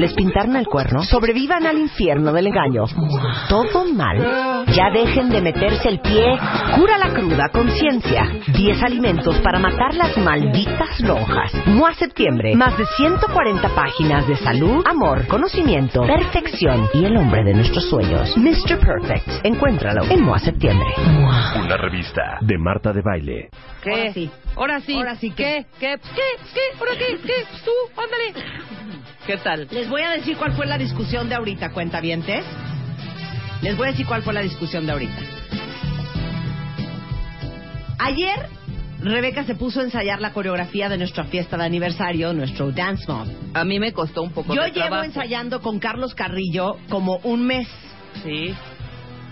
Les pintaron el cuerno, sobrevivan al infierno del engaño. Todo mal. Ya dejen de meterse el pie. Cura la cruda conciencia. 10 alimentos para matar las malditas lonjas. MOA septiembre. Más de 140 páginas de salud, amor, conocimiento, perfección y el hombre de nuestros sueños. Mr. Perfect. Encuéntralo en MOA septiembre. Una revista de Marta de Baile. ¿Qué? Ahora sí. Ahora sí. ¿Qué? ¿Qué? ¿Qué? ¿Qué? ¿Ahora qué? ¿Qué? Tú, ándale. ¿Qué tal? Les voy a decir cuál fue la discusión de ahorita, cuentavientes. Les voy a decir cuál fue la discusión de ahorita. Ayer, Rebeca se puso a ensayar la coreografía de nuestra fiesta de aniversario, nuestro Dance Mob. A mí me costó un poco Yo de llevo trabajo. ensayando con Carlos Carrillo como un mes. Sí.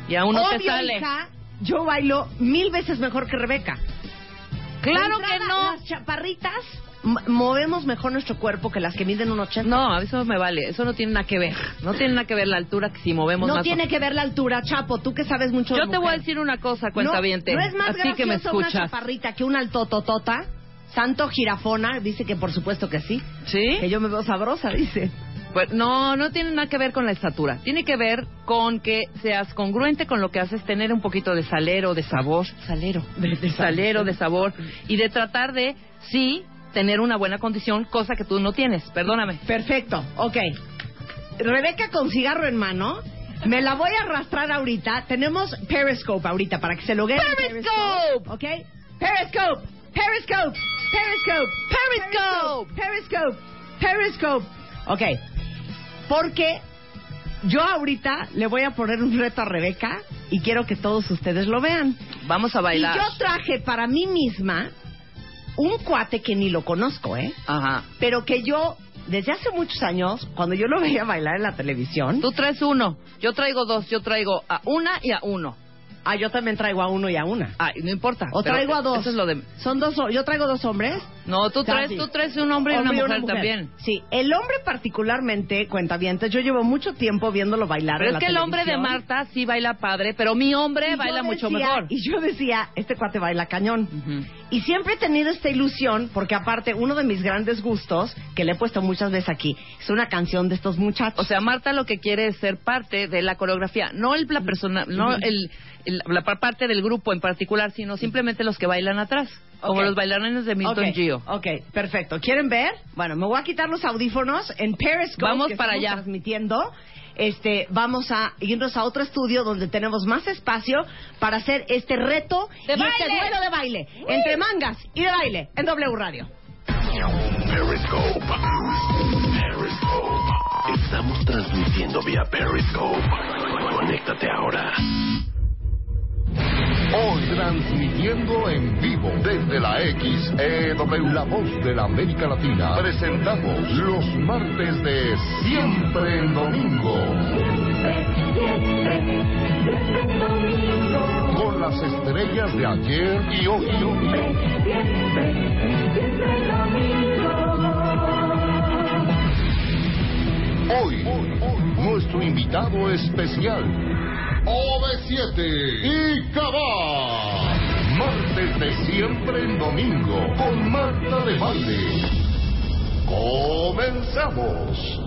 Y aún no Obvio, te sale. hija, yo bailo mil veces mejor que Rebeca. Claro De que entrada, no. Las chaparritas m- movemos mejor nuestro cuerpo que las que miden un 80. No, a eso me vale. Eso no tiene nada que ver. No tiene nada que ver la altura que si movemos No más. tiene que ver la altura, Chapo, tú que sabes mucho Yo de te voy a mujer. decir una cosa, cuentaviente. No, no es más así que me graciosa una escuchas. chaparrita que una altototota. Santo Girafona dice que por supuesto que sí. ¿Sí? Que yo me veo sabrosa, dice. Pues, no, no tiene nada que ver con la estatura. Tiene que ver con que seas congruente con lo que haces, tener un poquito de salero, de sabor. Salero. De, salero, de sabor. Y de tratar de, sí, tener una buena condición, cosa que tú no tienes. Perdóname. Perfecto, ok. Rebeca con cigarro en mano. Me la voy a arrastrar ahorita. Tenemos Periscope ahorita para que se lo Periscope. Periscope. Ok. Periscope. Periscope. Periscope. Periscope. Periscope. Periscope. Ok. Porque yo ahorita le voy a poner un reto a Rebeca y quiero que todos ustedes lo vean. Vamos a Y bailar. yo traje para mí misma un cuate que ni lo conozco, ¿eh? Ajá. pero que yo desde hace muchos años, cuando yo lo veía bailar en la televisión, Tú traes uno, yo traigo dos, yo traigo a una y a uno. ah, yo también traigo a uno y a una. Ay, no importa. O Ah, pero traigo a dos. Eso es lo de... Son dos, yo traigo dos hombres. No, tú traes, Santi. tú traes un hombre y una, mujer, también. Sí, el hombre particularmente, cuenta bien, yo llevo mucho tiempo viéndolo bailar. Pero en es la que el hombre de televisión. Marta sí baila padre, pero mi Y hombre yo baila mucho decía- mejor. Y yo decía, este cuate baila cañón. Ujú. Y siempre he tenido esta ilusión, porque aparte, uno de mis grandes gustos, que le he puesto muchas veces aquí, es una canción de estos muchachos. O sea, Marta lo que quiere es ser parte de la coreografía, no el, la persona, no el, el- la par- parte del grupo en particular, sino simplemente los que bailan atrás, como Ok. los bailarines de Milton Ok, Gio. Ok, perfecto. ¿Quieren ver? Bueno, me voy a quitar los audífonos en Periscope. Vamos que para estamos allá. Transmitiendo. Este, vamos a irnos a otro estudio donde tenemos más espacio para hacer este reto ¡De y este baile! duelo de baile entre mangas y de baile en W Radio. Periscope. Periscope. Estamos transmitiendo vía Periscope. Conéctate ahora. Hoy transmitiendo en vivo desde la XEW, la voz de la América Latina, presentamos los martes de Siempre en Domingo. Con las estrellas de ayer y hoy. Hoy, nuestro invitado especial, OV7 y Cabá. Martes de siempre en domingo, con Marta de Baile. Comenzamos.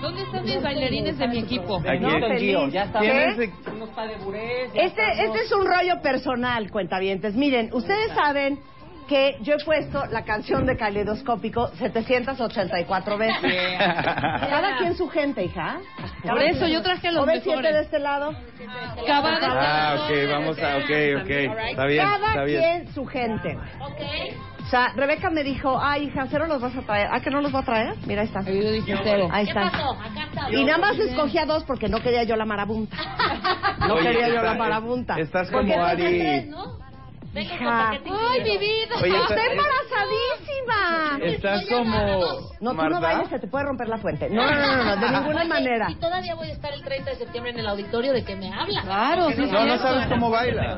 ¿Dónde están mis bailarines de mi equipo? Este, este es un rollo personal, cuentavientes. Miren, ustedes saben que yo he puesto la canción de Caleidoscópico 784 veces. Cada quien su gente, hija. Cada Por eso quien. yo traje a los O ves siete mejores. de este lado. Cavada está Ah, mejor, ok, vamos a. Ok, ok. Está bien, está Cada bien. quien su gente. O sea, Rebeca me dijo, ay, hija, cero los vas a traer. ¿Ah, que no los va a traer? Mira, ahí está. Y yo dije, cero. Ahí está. Y nada más escogí a dos porque no quería yo la marabunta. No Oye, quería yo está- la marabunta. Estás Porque como entonces Ari. Hija. ¡Ay, mi vida! Oye, está- ¡Está embarazadísima! Estás como. No, tú no Marta. bailes, se te puede romper la fuente. No, no, no, no, no, de ninguna Oye, manera. Y todavía voy a estar el 30 de septiembre en el auditorio de que me habla. Claro, sí, No, no cierto. sabes cómo baila.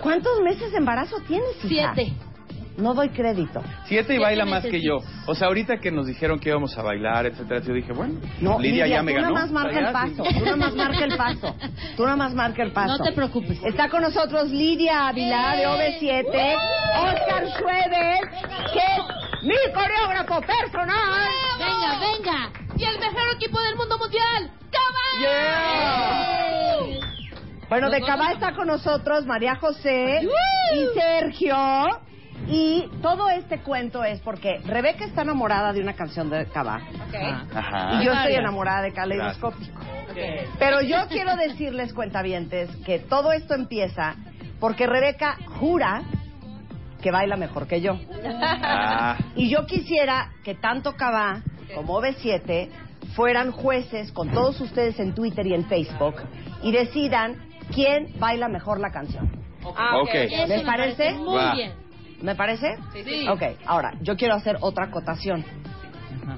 ¿Cuántos meses de embarazo tienes, hija? Siete. No doy crédito. Siete y baila más que meses. yo. O sea, ahorita que nos dijeron que íbamos a bailar, etcétera, yo dije, bueno, No, Lidia ya me tú ganó. nada más marca el Ya, paso. sí. Tú nada más marca el paso. Tú nada más marca el paso. No te preocupes. Eh. Está con nosotros Lidia Ávila de OV7, Uh. Oscar Suárez, que es mi coreógrafo personal. Venga, venga. Y el mejor equipo del mundo mundial. ¡Cava! Yeah. Bueno, de Cabá está con nosotros María José y Sergio. Y todo este cuento es porque Rebeca está enamorada de una canción de Cabá. Ajá. Y yo estoy enamorada de Caleidoscópico. Pero yo quiero decirles, cuentavientes, que todo esto empieza porque Rebeca jura que baila mejor que yo. Ah, Y yo quisiera que tanto Cabá como B7 fueran jueces con todos ustedes en Twitter y en Facebook y decidan quién baila mejor la canción. Ah, ok. Eso ¿Les me parece? Muy Va. bien. ¿Me parece? sí. Ok, ahora, yo quiero hacer otra acotación.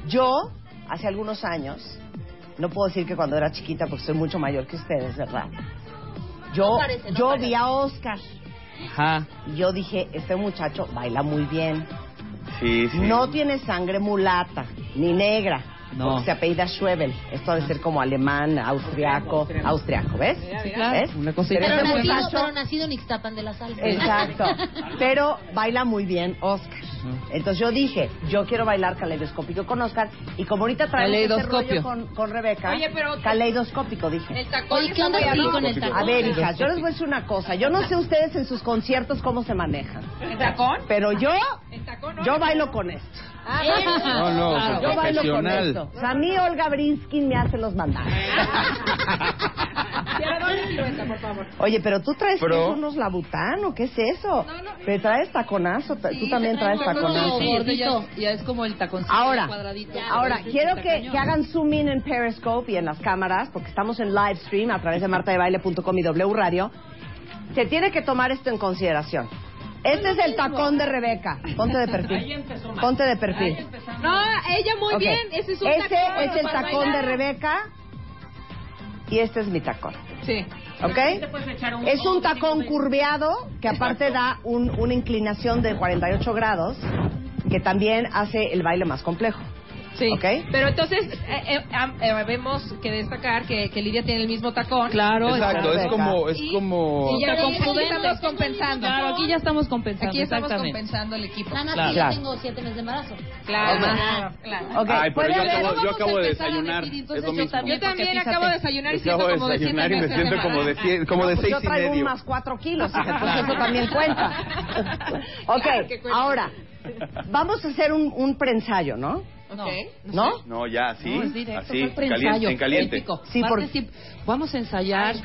Yo, hace algunos años, no puedo decir que cuando era chiquita, porque soy mucho mayor que ustedes, ¿verdad? Yo, No parece, no yo parece. vi a Oscar Ajá. y yo dije, este muchacho baila muy bien. Sí, sí. No tiene sangre mulata, ni negra. No. porque se apellida Schwebel. Esto ha de Ah. ser como alemán, austriaco, austriaco, ¿ves? Sí, claro. ¿Ves? Una cosita. Pero Pero este nacido, muchacho- pero nacido en Ixtapan de la Sal. Exacto. Pero baila muy bien Oscar. Ah. Entonces yo dije, yo quiero bailar caleidoscópico con Oscar. Y como ahorita traemos este rollo Caleidoscopio. con, con Rebeca, Oye, pero- caleidoscópico, dije. Oye, ¿qué onda así con el tacón? A ver, hijas, yo les voy a decir una cosa. Yo no sé ustedes en sus conciertos cómo se manejan. ¿El tacón? Pero yo, ¿El tacón? yo bailo con esto. Ah, No, no, Claro. Yo bailo con profesional. esto. O sea, a mí Olga Brinskin me hace los mandados. por favor. Oye, pero tú traes Pero- ¿qué es unos labután o qué es eso? No, no. Pero traes taconazo, tra- tú también traes taconazo. taconazo. Sí, este ya, Gordito. ya es como el taconcito Ahora, cuadradito. ahora Sí, quiero está que, cañón. que hagan zoom in en Periscope y en las cámaras, porque estamos en live stream a través de martadebaile.com y W Radio. Se tiene que tomar esto en consideración. Este es el tacón de Rebeca. Ponte de perfil. Ponte de perfil. No, ella muy Ok. bien. Ese es un Ese tacón. es el para tacón bailar. de Rebeca y este es mi tacón. Sí. ¿Ok? Es un tacón curveado que aparte da un- una inclinación de 48 grados que también hace el baile más complejo. Sí. ¿Ok? Pero entonces, eh, eh, am- eh, vemos que destacar que, que Lidia tiene el mismo tacón. Claro, Exacto, es Rebeca. como, es Y- como. Y ya Tacón aquí estamos prudente. compensando. Claro, aquí ya estamos compensando. Aquí estamos exactamente. compensando el equipo. Nada más Claro. que yo Claro. tengo siete meses de embarazo. Claro, claro. Ok, Ay, pero puede yo haber- acabo, yo vamos a acabo de empezar a desayunar. decidir, es entonces lo yo mismo. también, Yo también porque acabo de fíjate. desayunar y acabo siento de como de siete desayunar y me meses siento como de, embarazada. cien- como de Pues seis yo y traigo medio. un más cuatro kilos, hija, entonces eso también cuenta. Ok, Claro que cuenta. ahora, vamos a hacer un, un preensayo, ¿no? Ok. ¿No? No, ya, así. No, es directo, así, fue el preensayo. caliente, en caliente. Épico. Sí, Aparte, porque- sí, vamos a ensayar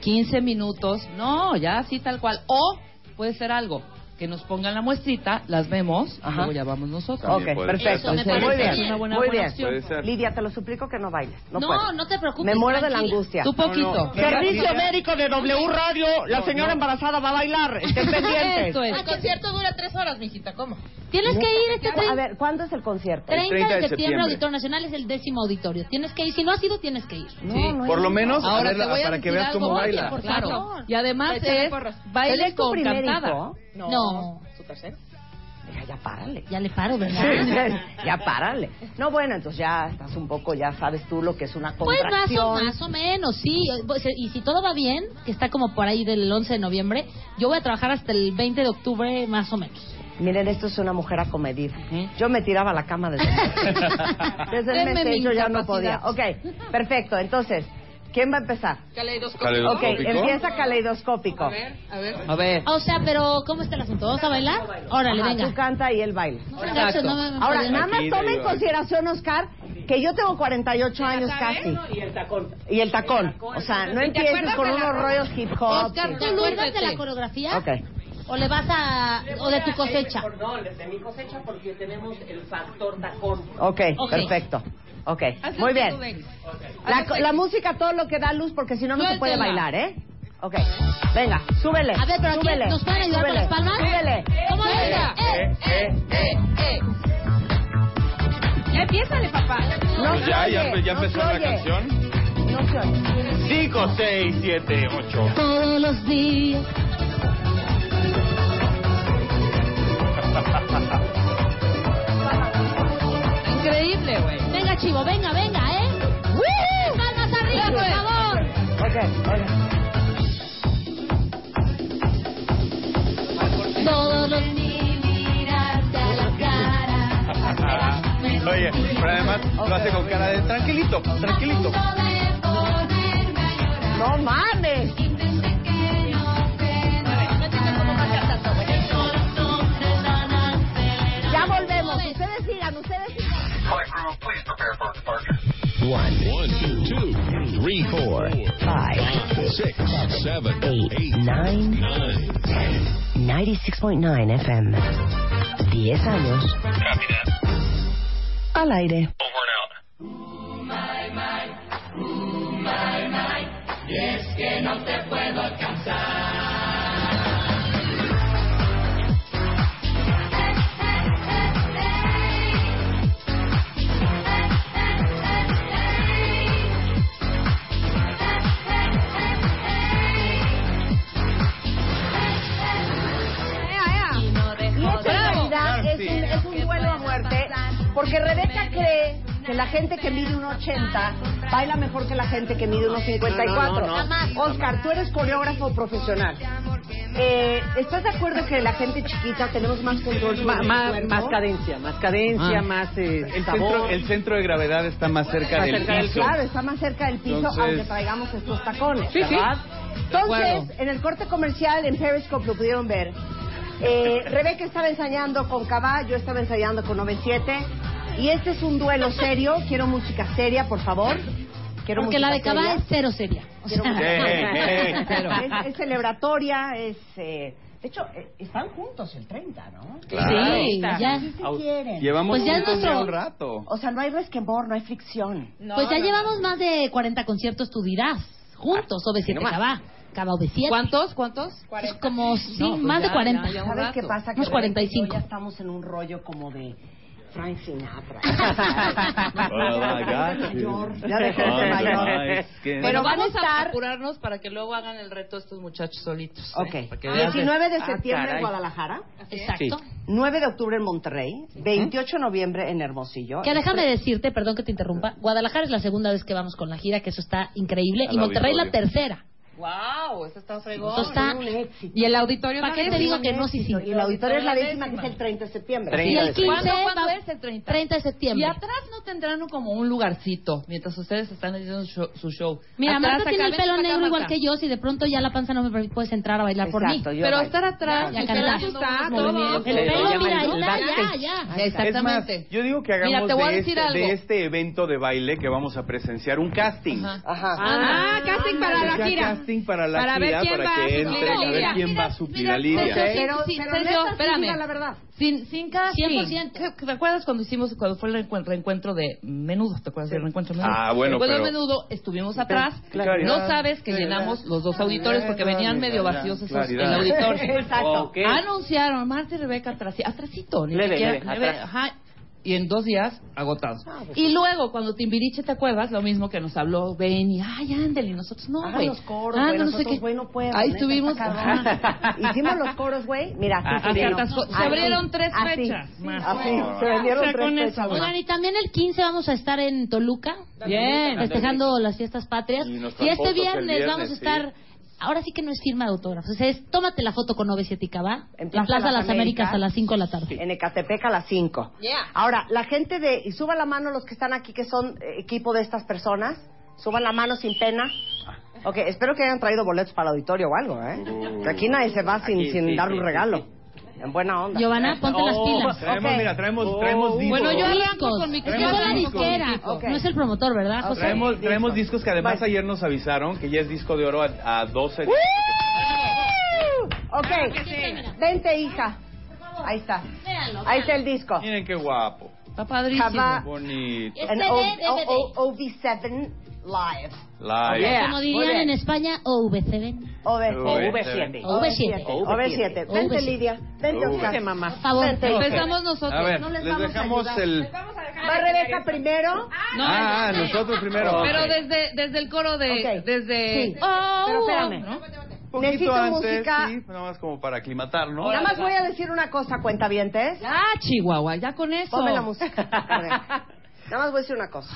15 minutos. No, ya así tal cual. O puede ser algo que nos pongan la muestrita, las vemos, y Ajá. luego ya vamos nosotros. También ok, puede ser. perfecto. Eso me Muy parece bien, bien. Una muy buena bien. opción. Puede ser. Lidia, te lo suplico que no bailes. No, No, puedo. no te preocupes, Me muero de la tranquila. angustia. Tú poquito. Servicio médico de W Radio, la señora embarazada va a bailar. Estén pendientes. Esto es. El Ah, concierto dura tres horas, mijita, ¿cómo? Tienes que ir este A 30, ver, ¿cuándo es el concierto? 30 de septiembre, septiembre. Auditorio Nacional es el décimo auditorio. Tienes que ir, si no has ido, tienes que ir. Sí. Por lo menos, a Ahora ver, te voy a para que decir veas algo, cómo oye, baila. por Claro. favor. Y además Échale es porras. ¿Él baile es tu con primer cantada. hijo? No. ¿Su tercero? Mira, ya párale. Ya le paro, ¿verdad? Ya, ya párale. No, bueno, entonces ya estás un poco, ya sabes tú lo que es una Pues más contracción. o, más o menos, sí. Pues, eh, Y si todo va bien, que está como por ahí del 11 de noviembre, yo voy a trabajar hasta el 20 de octubre, más o menos. Miren, esto es una mujer acomedida. Yo me tiraba a la cama desde, desde el Denme mes mi seis, yo ya no podía. incapacidad. Ok, perfecto. Entonces, ¿Quién va a empezar? Caleidoscopio. Ok, empieza caleidoscópico. A ver, a ver. A ver. O sea, pero ¿cómo está el asunto? ¿Vamos a bailar? Órale, Ajá, Tú venga. canta y él baila. sean Exacto. gachos, no me- me Ahora, pueden- nada más Aquí, toma en digo, consideración, Oscar, que yo tengo 48 años casi. Y el tacón. Y el tacón. O sea, no ¿Te empieces acuerdas con de la- unos rollos hip hop. Oscar, ¿tú Sí. lo ibas de la coreografía? Ah, Ok. ¿O le vas a... o de tu cosecha? No, de mi cosecha porque tenemos el factor tacón. Ok, Ok. perfecto. Ok, muy bien. La, co- la música, todo lo que da luz, porque si no, no se puede Suéltala. bailar, ¿eh? Ok, venga, súbele. A ver, pero aquí súbele, nos pueden ayudar con súbele, las palmas. Súbele. ¿Cómo súbele. dice? Eh, eh, eh, eh. Ya empiezale, papá. No se Pues ya, oye, ya, ya no empezó se la oye. canción. No se oye. 5, 6, 7, 8. Todos los días. Increíble, güey. Venga, chivo, venga, venga, ¿eh? Palmas arriba, por favor. Ok, ok. Todos los días. mirarte a la cara. Oye, pero además lo hace con cara de tranquilito, tranquilito. No mames. Ya volvemos. Ustedes sigan, ustedes sigan. One, One, two, three, four, Five, five, six, seven, eight, nine, nine. 96.9 FM. 10 años al aire. Y esta en Bravo. realidad es un, es un duelo a muerte, porque Rebeca cree que la gente que mide un 80 baila mejor que la gente que mide unos No, 54. no, no, no. Oscar, tú eres coreógrafo profesional. Eh, ¿Estás de acuerdo que la gente chiquita tenemos más control sobre Ma- el ma- cuerpo? más cadencia, más cadencia, Ah. más eh, El centro, sabor. el centro de gravedad está más cerca Más del cerca del piso. Claro, está más cerca del piso, Entonces- aunque traigamos estos tacones. Sí, sí. ¿verdad? De acuerdo. Entonces, en el corte comercial en Periscope lo pudieron ver. Eh, Rebeca estaba ensayando con Cabá, yo estaba ensayando con 97. Y este es un duelo serio. Quiero música seria, por favor. Quiero Porque música la de Cabá seria. es cero seria. O sea, Quiero música seria. Eh, eh, eh. Es, es celebratoria, es. eh, de hecho, eh, están juntos el 30, ¿no? Claro. Sí, ya. Au- quieren. Llevamos Pues ya juntos nuestro- ya un rato. O sea, no hay resquemor, no hay fricción. Pues ya llevamos más de 40 conciertos, tú dirás. Juntos, OV7 nomás. Cabá. Cabá OV7. ¿Cuántos? ¿Cuántos? Pues como, sí, No, pues más ya, de 40. ya, ya un ¿Sabes rato. qué pasa? Que de repente Unos 45. Ya estamos en un rollo como de Frank Sinatra. Oh, my God. Ya dejé de ser Oh, mayor. no, es que- Pero Pero van a vamos a estar- procurarnos para que luego hagan el reto estos muchachos solitos. ¿eh? Ok. Para que veas- 19 de Ah, septiembre en caray. Guadalajara, Exacto. Sí. 9 de octubre en Monterrey, 28 de noviembre en Hermosillo. Que déjame decirte, perdón que te interrumpa, Guadalajara es la segunda vez que vamos con la gira, que eso está increíble, Al y Monterrey la auditorio. tercera. Wow, eso está fregón. Eso está... un éxito. Y el auditorio ¿Para qué también. te digo que no, sí, sí? Y el auditorio es la décima, que es el 30 de septiembre. Y el 15 ¿Cuándo, cuándo va- es el 30? 30 de Y septiembre. atrás no tendrán como un lugarcito mientras ustedes están haciendo su show. su show. Mira, Atrás Marta acá, tiene el ven pelo para acá, negro igual Marta. que yo, si de pronto ya la panza no me permite, puedes entrar a bailar por mí. Exacto, yo Pero bailo. estar atrás, Ya, y ya, estar ya. haciendo unos Todo bien. movimientos. El Sí, pelo, ya mira, ahí bailó. está, ya, Backstage. ya. Es más, Exactamente. yo digo que hagamos Mira, te voy a de, decir este, algo. de este evento de baile que vamos a presenciar un casting. Ajá. Ajá. Ah, casting para la Ya gira. casting para la Para ver gira, quién va para a que suplir entre, a a ver Lidia. quién va a suplir a Lidia. Sergio, Pero, sí, pero Sergio, neta, sí, espérame. diga la verdad. Sin, sin casting. 100%. ¿Qué- ¿Te acuerdas cuando hicimos, cuando fue el reencu- reencuentro de Menudo? ¿Te acuerdas del reencuentro de Menudo? Ah, bueno, Recuerdo pero- de Menudo, estuvimos atrás. Claro. no sabes que llenamos los dos auditores porque venían medio vacíos esos, el auditorio. Exacto. Ok. Anunciaron Marta y Rebeca atrás, atrasito, ni Leve, siquiera- leve, leve, Ah, atrás. ajá. Y en dos días, agotados. y luego, cuando Timbiriche, ¿te acuerdas? Lo mismo que nos habló Ben y, ay, ándale, y nosotros no, Hagan güey. los coros, Ah, güey, no, no sé nosotros, qué. güey, no puedo, Ahí neta, estuvimos. está cabrón. ajá. Hicimos los coros, güey. Mira, Ah, así ah, se vieron. se atascó. Se Así, abrieron tres así, fechas sí, más. Así, Wow. se vendieron O sea, tres con fechas eso. más. Oigan, y también el 15 vamos a estar en Toluca, Bien. festejando las fiestas patrias. Y Y, nos este transportas el viernes, viernes, vamos a sí. estar, ahora sí que no es firma de autógrafos, o sea, es tómate la foto con 97 y Cabá En en Plaza Plaza, Las Las Américas Américas. a las 5 de la tarde. En Ecatepec a las 5. Yeah. Ahora, la gente de. Y suba la mano los que están aquí, que son eh, equipo de estas personas. Suban la mano sin pena. Ok, espero que hayan traído boletos para el auditorio o algo, ¿eh? Que aquí nadie se va sin, sin dar un regalo. En buena onda. Giovanna, ponte las Oh, pilas. traemos, Ok. mira, traemos- traemos discos. Bueno, yo arranco discos. con mi- Yo Traemos voy a la discos. disquera. Ok. No es el promotor, pues, ¿verdad, José? Traemos, traemos discos que además ayer nos avisaron que ya es disco de oro a, a 12. ¡Uh! Ok, vente, hija. Ahí está. Ahí está el disco. Miren qué guapo. Está Qué bonito. An O- O- O- OV7 Live. Live. Como Muy dirían bien. en España, OV7. OV7. OV7. OV7. Vente, Lidia. Vente, OV7. Oscar. mamá. Por favor. Vente, Ok. empezamos nosotros. A ver, No les les vamos a dejamos ayudar. el- Les Va Rebeca primero. No, ah, no, no. nosotros primero. Pero Ok. desde, desde el coro de... Desde... Sí. Oh, Pero espérame. ¿no? Un poquito Necesito antes, música. sí, nada más como para aclimatar, ¿no? Nada más voy a decir una cosa, cuentavientes. Ya, Ah, Chihuahua, ya con eso. Ponme la música. A ver. Nada más voy a decir una cosa.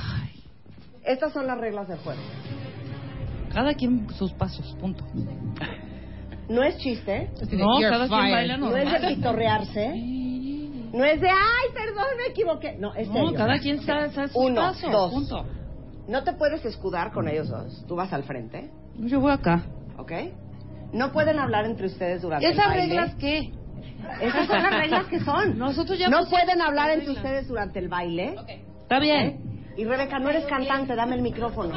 Estas son las reglas del juego. Cada quien sus pasos, punto. No es chiste. No, You're cada quien fired. baila No normal. es de pitorrearse. No es de, ay, perdón, me equivoqué. No, es No, serio. cada quien sabe- sabe sus Uno, pasos, dos. punto. No te puedes escudar con ellos dos. Tú vas al frente, Yo voy acá. ¿ok? No pueden hablar entre ustedes durante ¿Esas el baile. reglas qué? Esas son las reglas que son. Nosotros ya No pusimos pueden las hablar entre reglas. ustedes durante el baile. Está bien. Y Rebeca, no eres cantante, dame el micrófono.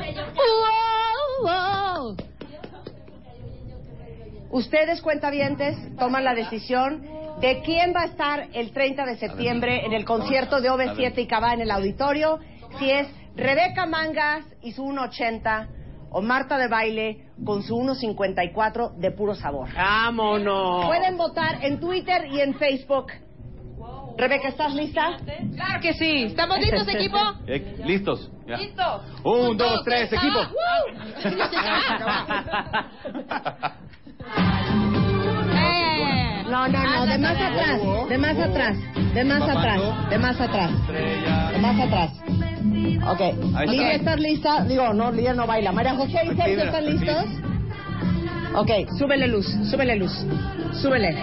Ustedes, cuentavientes, toman la decisión de quién va a estar el 30 de septiembre en el concierto de OV7 y Cabá en el auditorio. Si es Rebeca Mangas y su 1.80 o Marta de Baile con su 1.54 de puro sabor. ¡Vámonos! Pueden votar en Twitter y en Facebook. Rebeca, ¿estás lista? Claro que sí. ¿Estamos listos, equipo? Eh, ¿Listos? Ya. ¡Listo! Un, dos, tres, equipo. Ah, Eh. No, no, Ah, no, Uh. de más atrás, de más atrás, de más atrás, de más atrás, de más atrás. Ok, Ahí Lidia, está. ¿estás lista? Digo, no, Lidia no baila. María José y Sergio, ¿están listos? Ok, súbele luz, súbele luz, súbele.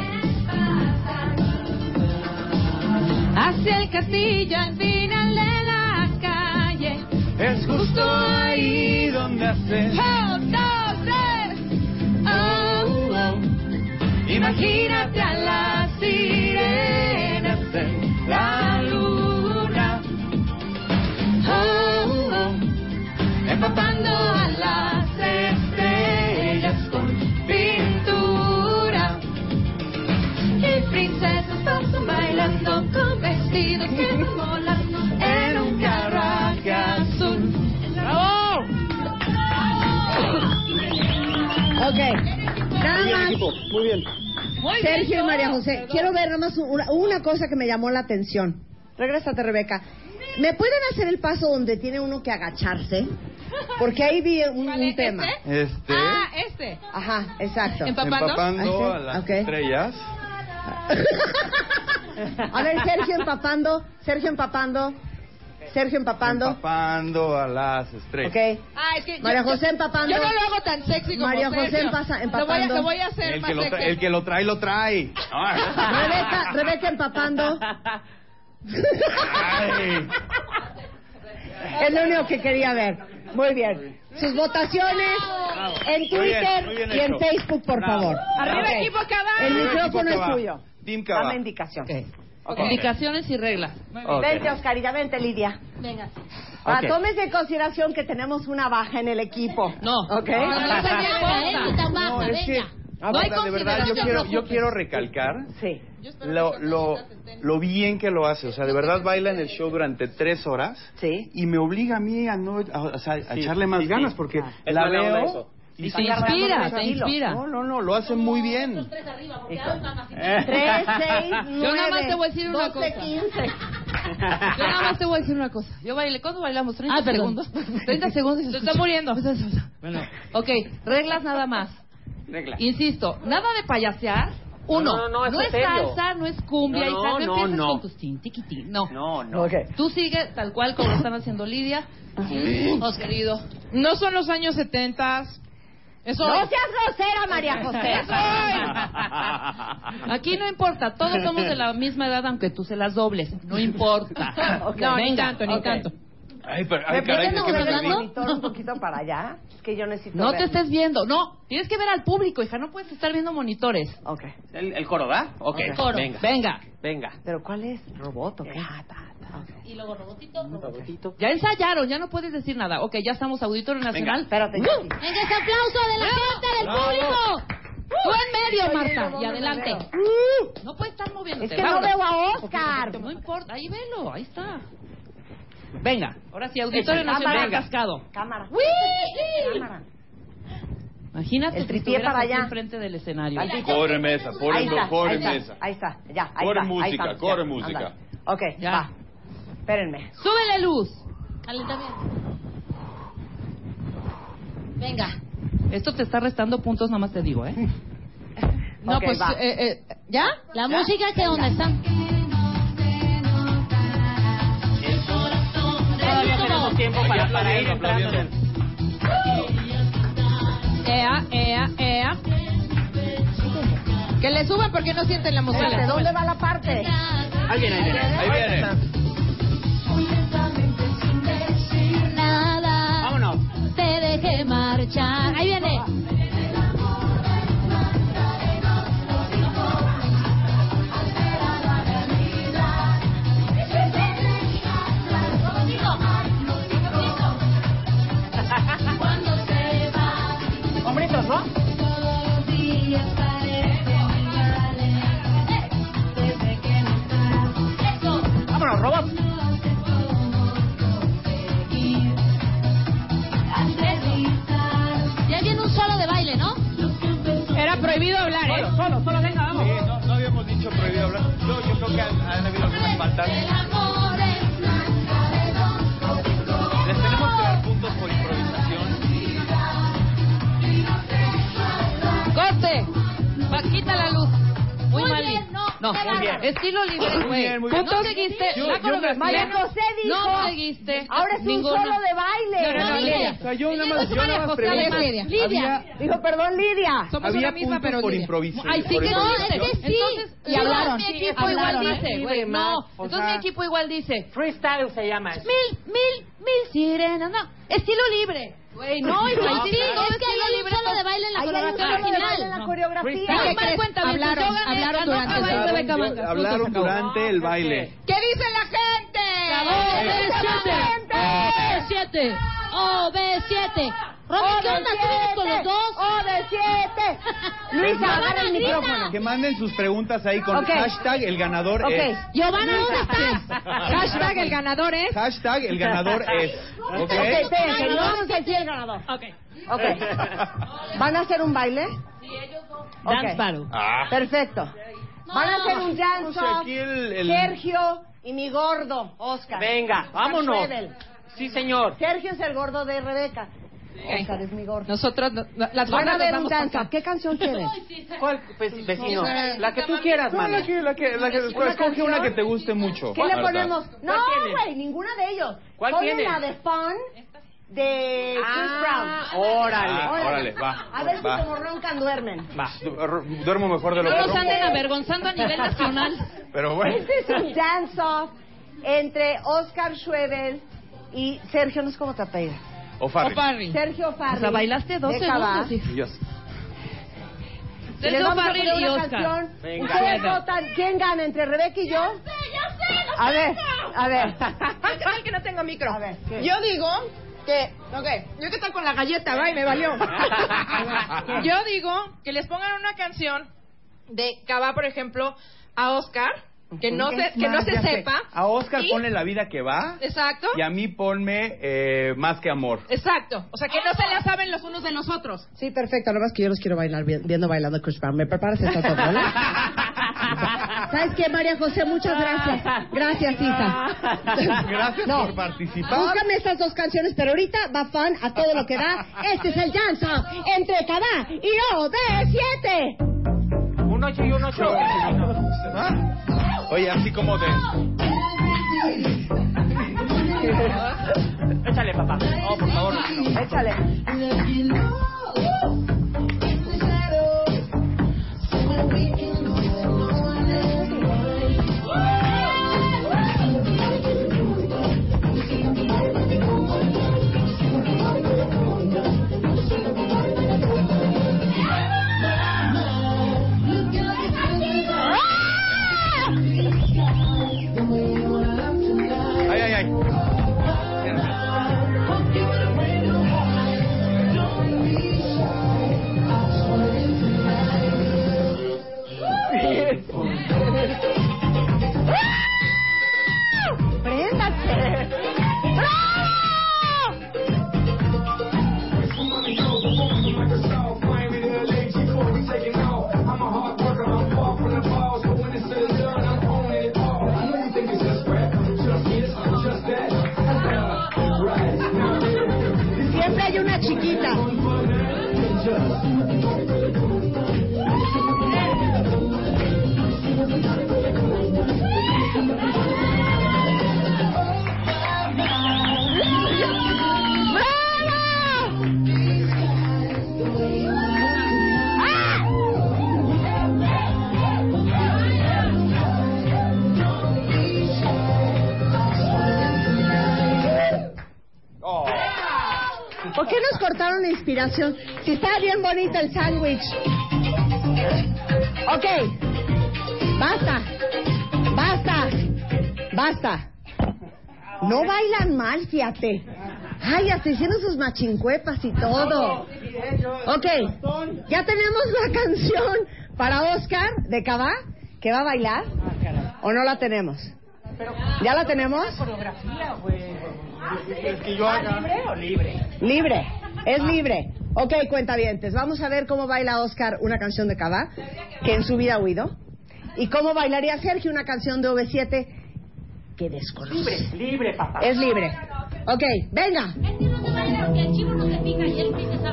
Hacia el castillo, al final de la calle. Es justo ahí donde hace. Un, dos, tres. Oh, oh. Imagínate a la sirena, la luna. Oh, oh. Empapando a las estrellas con pintura. Y princesas pasan bailando con vestidos que van volando en un carruaje azul. ¡Bravo! Ok, nada más. Muy bien. Sergio y María José, quiero ver nomás una, una cosa que me llamó la atención. Regrésate, Rebeca. ¿Me pueden hacer el paso donde tiene uno que agacharse? Porque ahí vi un, un tema. Este. Ah, este. Ajá, exacto. Empapando a Ahí las está, ok. estrellas. A ver, Sergio empapando, Sergio empapando, Sergio empapando. Empapando a las estrellas. Ok. Ah, es que María yo- José empapando. Yo no lo hago tan sexy como María José Sergio. empasa- Lo voy a- empapando. Lo voy a hacer El más que, lo tra- sexy. el que lo trae, lo trae. Rebeca, Rebeca empapando. Ay. Es lo único que quería ver. Muy bien. Sus votaciones en Muy bien, Twitter muy bien y en hecho. Facebook, por Bravo. favor. Arriba, Ok. equipo Cabá. El Arriba, micrófono equipo es Cabá. tuyo. Team Cabá. Dame indicación. Ok. Indicaciones y reglas. Ok. Vente, Oscarita, vente, Lidia. Venga. Ah, Ok. tómese en consideración que tenemos una baja en el equipo. No. ¿Ok? No, no, no, no, no, no, No, es que, venga. de verdad, de verdad, yo quiero, yo quiero recalcar Sí. lo, lo, lo bien que lo hace. O sea, de verdad baila en el show durante tres horas y me obliga a mí a, no, a- o sea, a echarle más ganas porque Es la buena onda eso. veo Y se te inspira, te inspira. No, no, no, lo hace muy bien. Eh. Tres, seis, Yo nada más te voy a decir una doce, cosa. Yo nada más te voy a decir una cosa. Yo bailé. ¿Cuándo bailamos? ¿30 Ah, perdón. segundos? 30 segundos. Se está muriendo. Bueno. Ok, reglas nada más. Regla. Insisto, nada de payasear. No, Uno, no, no, eso es es serio. salsa, no es cumbia, No, hija, no, no, empieces no. con tus tin, tiquitín, no. No, no. Tú sigue tal cual como lo están haciendo Lidia, Os querido. No son los años setentas. Eso No seas grosera, María José. Aquí no importa, todos somos de la misma edad, aunque tú se las dobles, no importa. No, ni tanto, ni tanto. Ay, pero, ¿Me ay, caray, pueden ¿de qué me mover el perdí? monitor un poquito para allá? Es que yo necesito No ver. te estés viendo, no. Tienes que ver al público, hija. No puedes estar viendo monitores. Ok. ¿El, el coro, ¿va? Ok, El coro. venga. Venga. Venga. ¿Pero cuál es? ¿Robot o qué? Y luego robotito, robotito. Ya ensayaron, ya no puedes decir nada. Ok, ya estamos Auditorio Nacional. espérate. Venga, ese aplauso de la gente, del Bravo. público. Tú en medio, Marta, y adelante. No puedes estar moviéndote. Es que no vámonos. veo a Oscar. No importa, ahí velo, ahí está. Venga, ahora sí, Auditorio Cámara. Nacional Venga. cascado. Cámara. Cámara. Imagínate El si tripié estuvieras para aquí allá. enfrente del escenario. Ahí está. Corre mesa, corre, Ahí está, corre ahí está, mesa. Ahí está, ya. Ahí Corre está, ahí música, estamos, corre ya, música. ándale. Ok, va. Espérenme. ¡Súbele luz! Calentamiento. Venga. Esto te está restando puntos, nada más te digo, ¿eh? No, Ok, pues, va. eh, eh, ¿ya? La música, ¿qué onda está? Todavía tenemos tiempo para, para ir entrando. Ea, ea, ea. Que le suban porque no sienten la emoción. Espérate, ¿dónde va la parte? Ahí viene, ahí viene. Ahí viene. Nada. Vámonos. Te dejé marchar. Ahí viene. Hombritos, ¿no? Vámonos, robot. Ya viene un solo de baile, ¿no? Era prohibido hablar, ¿eh? Solo, solo, solo, venga, vamos. Sí, no, no habíamos dicho prohibido hablar. Yo, yo creo que han, han habido algunas faltas. Les tenemos que dar puntos por improvisación. ¡Corte! Va, quita la luz. Muy, Muy mal. bien, Liz. no, no, qué muy bien. bárbaro. Estilo libre, Muy güey. bien, muy bien. No Puntos. seguiste Yo- la yo- coreografía. María José No dijo, seguiste. ahora es un ninguna. solo de baile. No, no, No no, dije. Lidia. O sea, yo nada más, yo Yo nada María más José, pregunto. Lidia. Lidia. Había- Dijo, perdón, Lidia. Somos una Había misma, puntos pero por Lidia. improvisación. Ay, sí Por que no, improvisación. este sí. Entonces, Y sí, hablaron, mi sí, equipo hablaron, igual ¿eh? dice, güey, libre, No, más, o entonces sea- mi equipo igual dice. Freestyle se llama eso. Mil, mil, mil sirenas, no. Estilo libre. Güey, no, No, estilo claro. libre. Es que hay un solo de baile en la Ahí hay un solo coreografía de original. baile en la coreografía. No, ¿Qué mal crees? cuenta, mientras Hablaron, yo gané, hablaron ganó durante Cabal el y baile. Rebeca Mangas. Hablaron Punto, se acabó. durante el baile. ¿Qué dice la gente? OB7. OB7. OB7. Robin, ¿qué onda? ¿Tú vienes con los dos? OB7. Pues Luisa, agarra el micrófono. Que manden sus preguntas ahí con Ok. hashtag el ganador Ok. es. Giovanna, ¿dónde estás? Hashtag el ganador es. Hashtag el ganador es. Ok, ¿Ok? espérense, no vamos a decir el ganador. Ok. ¿Van a hacer un baile? Ok. Dance battle. Ah. Perfecto. Van a hacer un No dance sé, off, aquí el- el- Sergio y mi gordo, Oscar. Venga, Oscar vámonos. Schroeder. Sí, señor. Sergio es el gordo de Rebeca. Oscar es mi gordo. Nosotros, no- no- las Van gordas a nos ver un vamos dance a off. ¿Qué canción quieren? ¿Cuál pues, vecino? no. La que tú quieras, No, mano. la que, la que, la que, ¿Una escoge canción? una que te guste mucho. ¿Qué le Marta. ponemos? No, tienen? güey, ninguna de ellos. ¿Cuál Ponen tienen? la de Fun de Chris Ah, Brown. Ah, órale. órale, va. A ver si va. Ah, como roncan duermen. Va. Du- Duermo mejor de lo que No los ronco. anden avergonzando a nivel nacional. Pero bueno. Este es un dance-off entre Oscar Schwebel y Sergio, no sé cómo te apellidas. O Farri. Farri. Sergio Farri. O sea, bailaste dos de segundos. Cabá. hija. Dios. Les Sergio vamos a Farril poner y una Oscar. canción. Venga. Ustedes votan quién gana entre Rebeca y yo. A ver, a ver. ¿Qué tal que no tengo micro? A ver, ¿qué? Yo digo que, ok, yo qué tal con la galleta, va, y me valió. yo digo que les pongan una canción de Cava, por ejemplo, a Oscar, que no se, que no Más, se ya sé. sepa. A Oscar Y- ponle la vida que va. Exacto. Y a mí ponme eh, más que amor. Exacto. O sea, que no se la saben los unos de los otros. Sí, perfecto. Nada más que yo los quiero bailar vi- viendo bailando a Chris Brown. ¿Me preparas esta torta, no? ¿Sabes qué, María José? Ah. Muchas gracias. Gracias, hija. Gracias No. por participar. Búscame estas dos canciones, pero ahorita va fan a todo lo que da. Este es el dance off entre Cabá y OB7. Un ocho y un ocho. ¿Ah? Oye, así como de. Échale, papá. No, por favor. Échale. Thank you. nos cortaron la inspiración. Si está bien bonito el sándwich. Ok. Basta. Basta. Basta. No bailan mal, fíjate. Ay, hasta hicieron sus machincuepas y todo. Ok, ya tenemos la canción para Oscar de Cabá, que va a bailar. ¿O no la tenemos? ¿Ya la tenemos? Coreografía, güey. ¿Quieres que yo haga? ¿Libre o libre? Libre, es libre. Ok, cuentavientes, vamos a ver cómo baila Oscar una canción de Cabá, que en su vida ha oído. Y cómo bailaría Sergio una canción de OV7 que desconoce. Libre, libre, papá. Es libre. Ok, venga.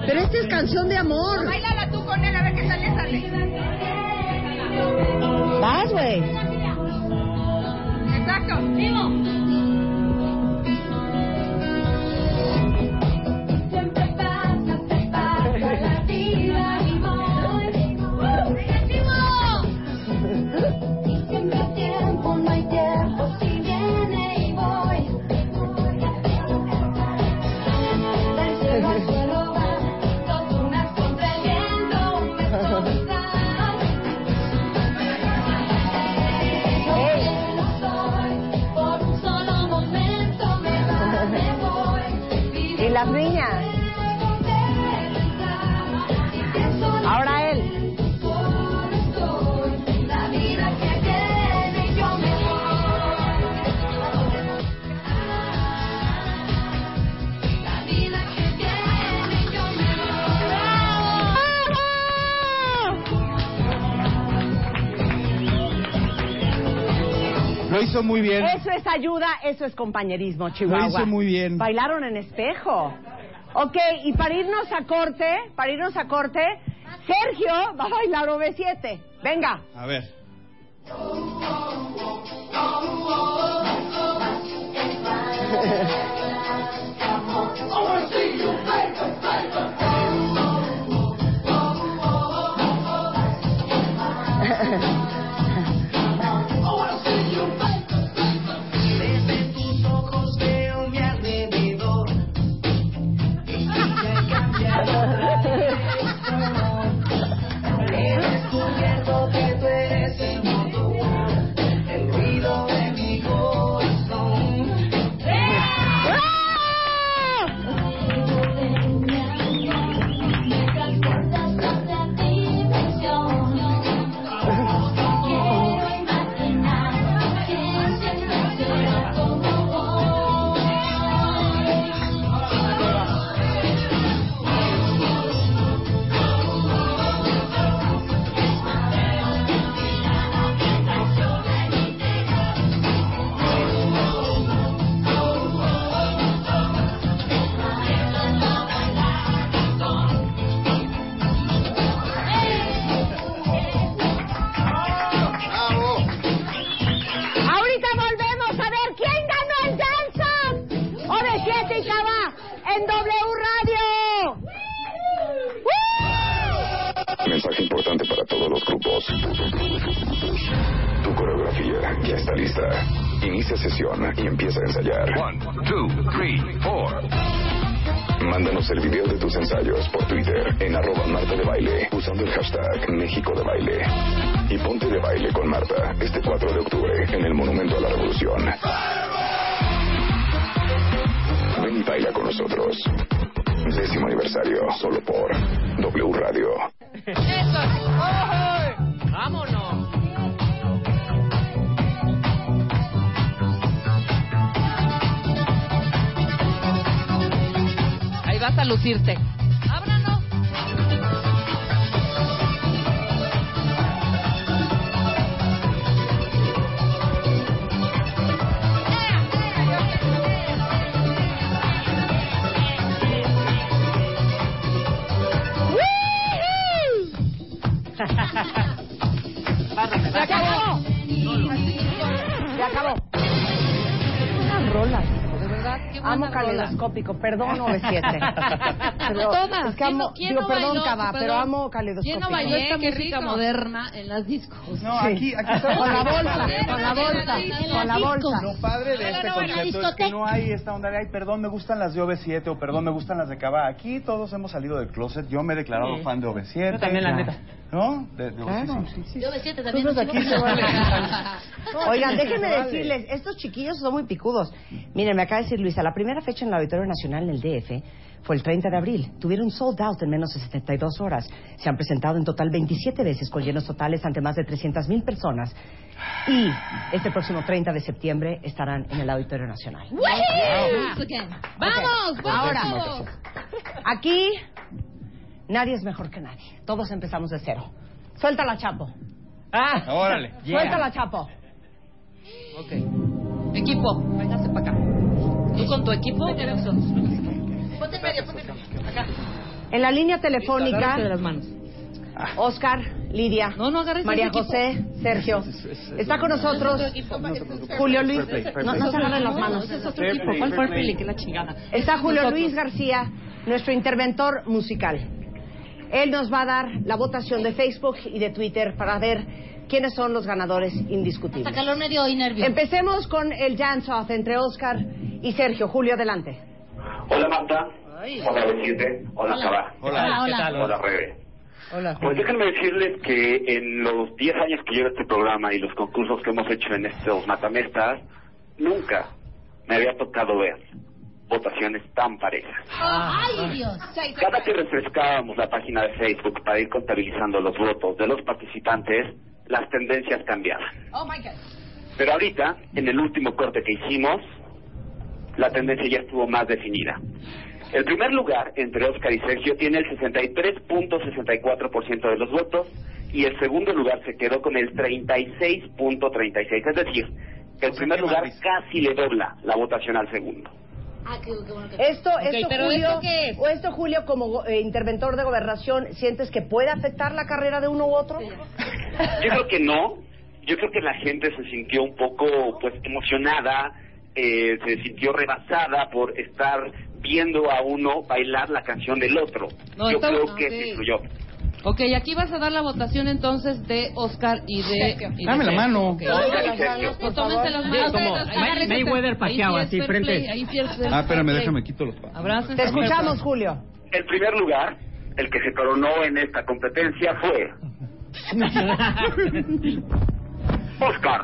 Pero esta es canción de amor. Bailala tú con él, a ver qué sale, sale. Vas, güey. Exacto. Vivo. Siempre pasa, te pasa la vida y voy. ¡Negativo! Siempre hay tiempo, no hay tiempo, si viene y voy. Del cielo al suelo va, dos lunas contra el viento, me tocan. Yo soy, por un solo momento me va, me voy. Y las niñas. Ahora él. La vida que viene yo me voy. La vida que viene yo me Lo hizo muy bien. Eso es ayuda, eso es compañerismo, Chihuahua. Lo hizo muy bien. Bailaron en espejo. Ok, y para irnos a corte, para irnos a corte, Sergio va a bailar OV7. Venga. A ver. Desde tus ojos veo mi alrededor y me cambia. He descubierto que tú eres el mundo, el ruido de mi corazón. Ahorita volvemos a ver quién ganó el danza. OV7 y Cabá en W Radio. Mensaje importante para todos los grupos. Tu coreografía ya está lista. Inicia sesión y empieza a ensayar. One, two, three, four. Mándanos el video de tus ensayos por Twitter en arroba Marta de Baile usando el hashtag México de Baile. Y ponte de baile con Marta este 4 de octubre en el Monumento a la Revolución. Ven y baila con nosotros. Décimo aniversario, solo por W Radio. ¡Eso! ¡Vámonos! Ahí vas a lucirte. Se acabó. Se acabó. Una rola, hijo, de verdad. verdad, qué buena amo rola. caleidoscópico. Perdón, OV7. No todas. Es que ¿Quién no- amo, quién digo, no perdón, bailó? Cava, Perdón. pero amo caleidoscópico. ¿Quién no bailó esta música moderna en las discos? No, aquí- aquí está- Con la bolsa, con la bolsa, con la bolsa. Lo padre de este concepto es que no hay esta onda de, ay, perdón, me gustan las de OV7 o perdón, me gustan las de Cava. Aquí todos hemos salido del closet. Yo me he declarado Sí. fan de OV7. Yo también, la Ya. neta. ¿No? De- de- sí, sí. Yo de siete también. Entonces, aquí se vale. Oigan, déjenme decirles, estos chiquillos son muy picudos. Miren, me acaba de decir Luisa, la primera fecha en el Auditorio Nacional en el DF fue el 30 de abril. Tuvieron sold out en menos de 72 horas. Se han presentado en total 27 veces con llenos totales ante más de 300 mil personas. Y este próximo 30 de septiembre estarán en el Auditorio Nacional. ¡Vamos! Ok. Ahora, aquí nadie es mejor que nadie. Todos empezamos de cero. Suéltala, Chapo. Ah, Órale. Suéltala, Chapo. Equipo, véngase para acá. ¿Tú con tu equipo? Ponte en medio, ponte en medio. Acá. En la línea telefónica, Ah. Agárrate de las manos. Oscar, Lidia, agarres María ese equipo. José, Sergio. Está con nosotros Julio Luis. No, no se agarren las manos. ese es otro equipo. ¿Cuál fue el Pili? Que la chingada. Está Julio Nosotros. Luis García, nuestro interventor musical. Él nos va a dar la votación de Facebook y de Twitter para ver quiénes son los ganadores indiscutibles. Hasta calor me dio y nervios. Empecemos con el dance off entre Oscar y Sergio. Julio, adelante. Hola Marta, hola Vicente, hola Hola. Saba, Hola, Hola, ¿qué tal? hola Rebe. Hola. Pues déjenme decirles que en los 10 años que lleva este programa y los concursos que hemos hecho en estos matamestas, nunca me había tocado ver votaciones tan parejas. ¡Ay, Dios! Cada que refrescábamos la página de Facebook para ir contabilizando los votos de los participantes, las tendencias cambiaban. ¡Oh, my God! Pero ahorita, en el último corte que hicimos, la tendencia ya estuvo más definida. El primer lugar entre Oscar y Sergio tiene el 63.64% de los votos y el segundo lugar se quedó con el 36.36. Es decir, el primer lugar casi le dobla la votación al segundo. Ah, Esto, Ok, esto, pero Julio, ¿esto o esto, Julio, como go- eh, interventor de gobernación, ¿sientes que puede afectar la carrera de uno u otro? Yo creo que no. Yo creo que la gente se sintió un poco pues emocionada, eh, se sintió rebasada por estar viendo a uno bailar la canción del otro. No, Yo está- creo ah, que ok. se influyó. Ok, aquí vas a dar la votación entonces de Oscar y de... y de Dame la Sergio. mano. Ok. Tómale, Sergio. Pues tómense las manos. Sí, como Ahí sí May- es Mayweather fair Pacquiao, play, ahí así, sí es fair frente. play, ahí sí es fair Ah, espérame, play. déjame quito los pasos. Abrácense. Te escuchamos, Julio. El primer lugar, el que se coronó en esta competencia fue Oscar.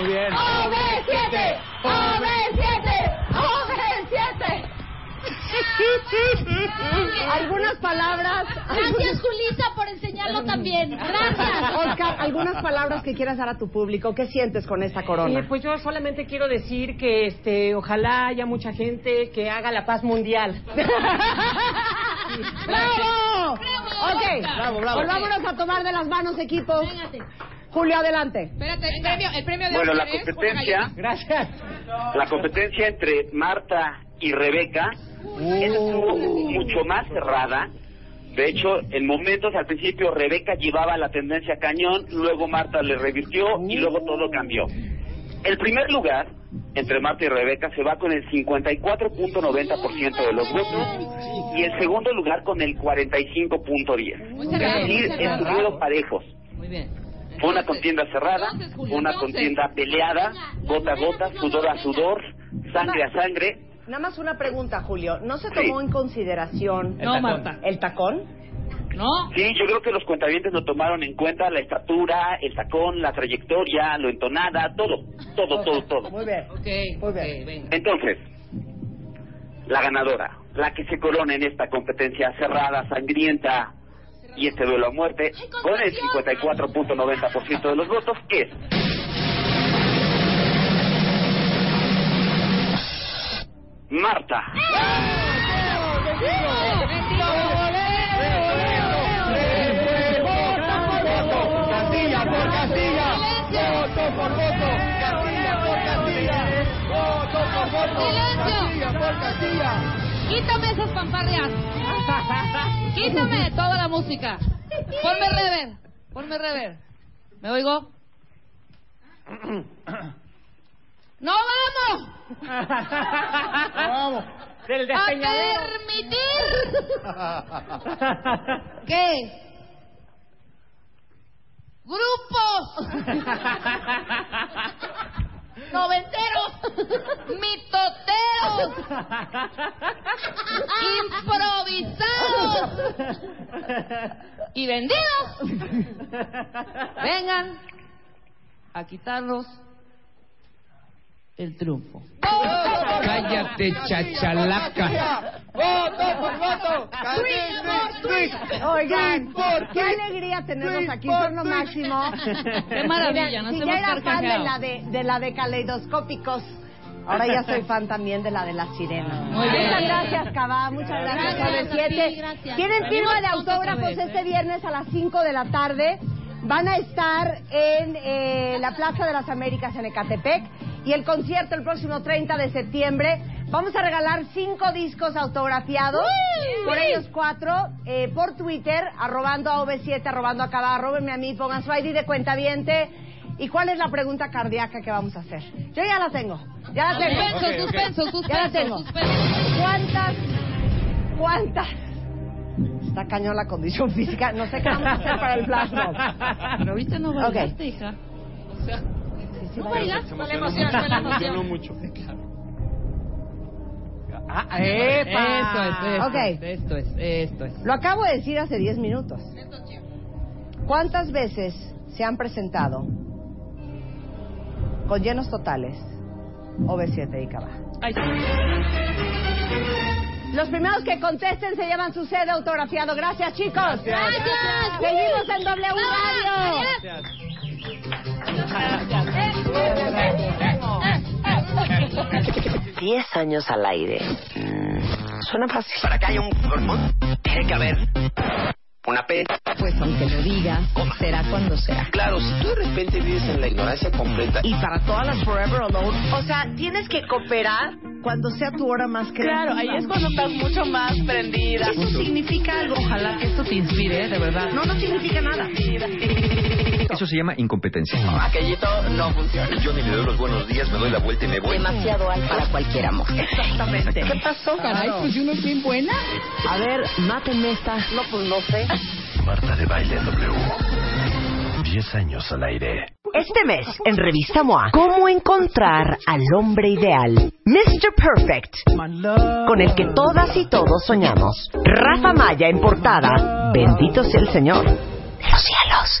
eh! Muy bien. ¡OB7! ¡OB7! eh! ¡OB7! Algunas palabras. Gracias, Julita, por enseñarlo también. Gracias. pues, Oscar, algunas palabras que quieras dar a tu público. ¿Qué sientes con esta corona? Sí, pues yo solamente quiero decir que este, ojalá haya mucha gente que haga la paz mundial. ¡Bravo! Ok, Bravo, bravo. volvámonos a tomar de las manos, equipo. Julio, adelante. Espérate, el premio, el premio de Bueno, Oscar la es una competencia- galleta. Gracias. La competencia entre Marta y Rebeca estuvo mucho más cerrada. De hecho, en momentos al principio Rebeca llevaba la tendencia a cañón, luego Marta le revirtió y luego todo cambió. El primer lugar entre Marta y Rebeca se va con el 54.90% de los votos y el segundo lugar con el 45.10. Es cerrado, muy decir, cerrado. estuvieron parejos. Muy bien. Fue una contienda cerrada, fue una contienda peleada, gota a gota, sudor a sudor, sangre a sangre. Nada más una pregunta, Julio. ¿No se tomó en consideración El No, tacón. Marta. el tacón? Sí, yo creo que los cuentavientes lo tomaron en cuenta, la estatura, el tacón, la trayectoria, lo entonada, todo, todo, todo, todo. Muy bien. Eh, Ok, muy bien. Entonces, la ganadora, la que se corona en esta competencia cerrada, sangrienta y este duelo a muerte, con el 54.90% de los votos, es Marta. Castilla por Castilla, voto por voto, Castilla por Castilla, voto por voto, Castilla por Castilla. Quítame esas fanfarrias. Quítame toda la música. Ponme rever. Ponme rever. ¿Me oigo? ¡No vamos! vamos. Del ¡A despeñadero. permitir! ¿Qué? ¡Grupos! ¡Noventeros! ¡Mitoteros! ¡Improvisados! ¡Y vendidos! ¡Vengan a quitarnos el triunfo! Cállate, chachalaca. ¡Voto por voto! Oigan, qué alegría tenerlos aquí, son lo máximo. Qué maravilla, Mira, nos si hemos ya era fan de carcajeado. la de, de la de caleidoscópicos, ahora ya soy fan también de la de las sirenas. Muy bien. Muchas gracias, Cabá, muchas gracias, Gracias Cabe a ti, Siete. gracias. Tienen firma de Venimos juntos autógrafos otra vez, este ¿eh? viernes a las 5 de la tarde. Van a estar en eh, la Plaza de las Américas en Ecatepec y el concierto el próximo 30 de septiembre. Vamos a regalar cinco discos autografiados ¡Uy! por ellos cuatro eh, por Twitter, arrobando a OV7, arrobando a Cabá, arrobenme a mí, pongan su ID de cuenta ¿Y cuál es la pregunta cardíaca que vamos a hacer? Yo ya la tengo. Ya la A tengo. ver, suspenso, Ok, ok. suspenso, Ya la suspenso, tengo. ¿Cuántas? ¿Cuántas? Está cañón la condición física. No sé qué vamos a hacer para el flash mob. Pero ahorita no bailaste, hija. O sea, ¿no bailaste? Fue la emoción, fue la emoción. mucho. Ah, ¡epa! Esto es, esto es, esto es. Lo acabo de decir hace 10 minutos. ¿Cuántas veces se han presentado con llenos totales OV7 y Cava? Los primeros que contesten se llevan su sede autografiado. Gracias, chicos. Gracias. Seguimos en W Radio. Diez años al aire. Mm, Suena fácil. Para que haya un Tiene que haber una P. Pues aunque lo digas, será cuando será. Claro, si tú de repente vives en la ignorancia completa. Y para todas las Forever Alone. O sea, tienes que cooperar cuando sea tu hora más creativa. Claro, ahí es cuando estás mucho más prendida. Eso significa algo. Ojalá que esto te inspire, de verdad. No, no significa nada. Eso se llama incompetencia. Aquellito no funciona. Yo ni le doy los buenos días, me doy la vuelta y me Demasiado alto para cualquier amor. Exactamente. ¿Qué pasó, Caray, pues yo no es bien buena. A ver, mátenme esta. No, pues no sé. Marta de Baile W. 10 años al aire. Este mes, en Revista MOA, ¿cómo encontrar al hombre ideal? Mr. Perfect, con el que todas y todos soñamos. Rafa Maya en portada. Bendito sea el Señor. De los cielos.